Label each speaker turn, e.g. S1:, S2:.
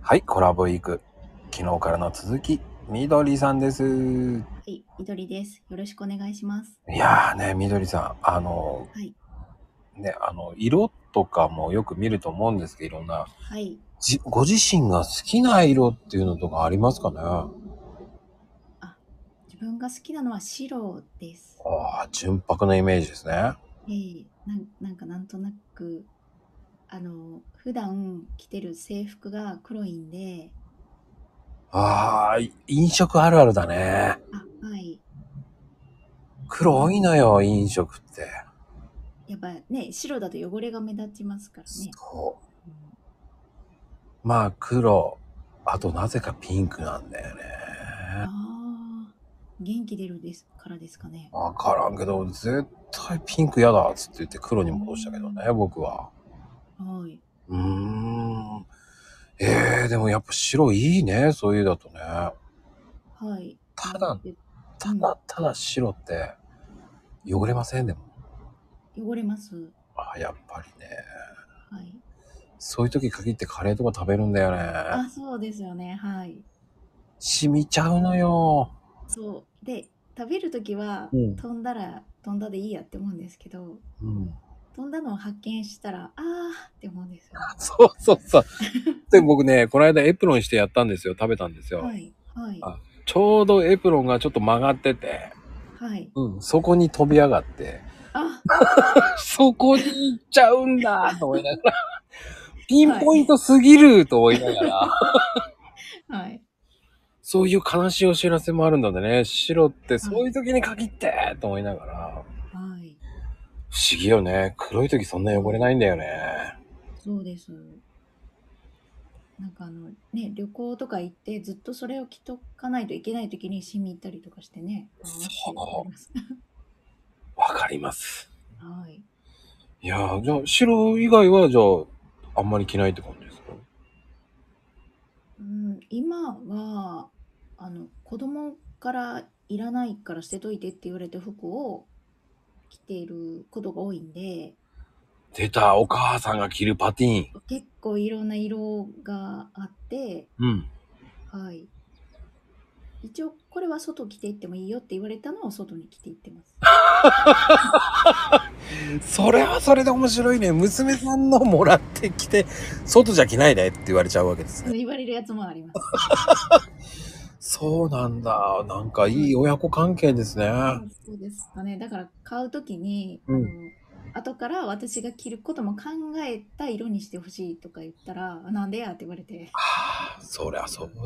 S1: はい、コラボウィーク。昨日からの続き、みどりさんです。い
S2: はい、みどりです。よろしくお願いします。
S1: やーね、みどりさん、あの、
S2: はい
S1: ね、あの、色とかもよく見ると思うんですけど、いろんな、
S2: はい。
S1: じご自身が好きな色っていうのとかありますかねあ
S2: 自分が好きなのは白です。
S1: あ、純白なイメージですね。
S2: ええなん、なんかなんとなく、あの、普段着てる制服が黒いんで、
S1: ああ、い飲食あるあるだね。
S2: あ、はい。
S1: 黒多いのよ、飲食って。
S2: やっぱね、白だと汚れが目立ちますからね。
S1: そう。
S2: うん
S1: まあ、黒。あと、なぜかピンクなんだよね。
S2: ああ、元気出るですからですかね。
S1: わからんけど、絶対ピンク嫌だっつって言って黒に戻したけどね、僕は。
S2: はい。
S1: うーん。えー、でもやっぱ白いいね、そういうだとね。
S2: はい。
S1: ただ、
S2: で
S1: ただ、ただ白って汚れませんでも。
S2: 汚れます。
S1: あ、やっぱりね。
S2: はい。
S1: そういう時限ってカレーとか食べるんだよね。
S2: あ、そうですよね。はい。
S1: 染みちゃうのよ。
S2: そうで食べる時は、
S1: うん
S2: 飛んだら飛んだでいいやって思うんですけど
S1: うん。
S2: 飛んだのを発見したらあーって思うんですよ
S1: そうそうそう。で、僕ね、この間エプロンしてやったんですよ。食べたんですよ。
S2: はいはい
S1: あちょうどエプロンがちょっと曲がってて。
S2: はい
S1: うん、そこに飛び上がって、
S2: あ
S1: そこに行っちゃうんだと思いな がら、ピンポイントすぎると思いながら、
S2: はい
S1: そういう悲しいお知らせもあるんだね。白ってそういう時に限ってと思いながら、
S2: はい
S1: 不思議よね。黒い時そんな汚れないんだよね。
S2: そうですなんかあのね旅行とか行ってずっとそれを着とかないといけない時に染み行ったりとかしてねあーって思います
S1: わかります。
S2: はい
S1: いやー、じゃあ白以外はじゃあ、あんまり着ないって感じですか
S2: うん今はあの子供からいらないから捨てといてって言われて服を着ていることが多いんで
S1: 出た、お母さんが着るパティーン。
S2: 結構いろんな色があって、
S1: うん。
S2: はい、一応これは外着ていってもいいよって言われたのを外に着ていっ てます。
S1: それはそれで面白いね。娘さんのもらってきて、外じゃ着ないでって言われちゃうわけですね。
S2: 言われるやつもあります。
S1: そうなんだ。なんかいい親子関係ですね。
S2: そうですかね。だから買うときに、
S1: うん
S2: あの後から私が着ることも考えた色にしてほしいとか言ったら、あなんでやって言われて、
S1: ああ、そりゃそうだ。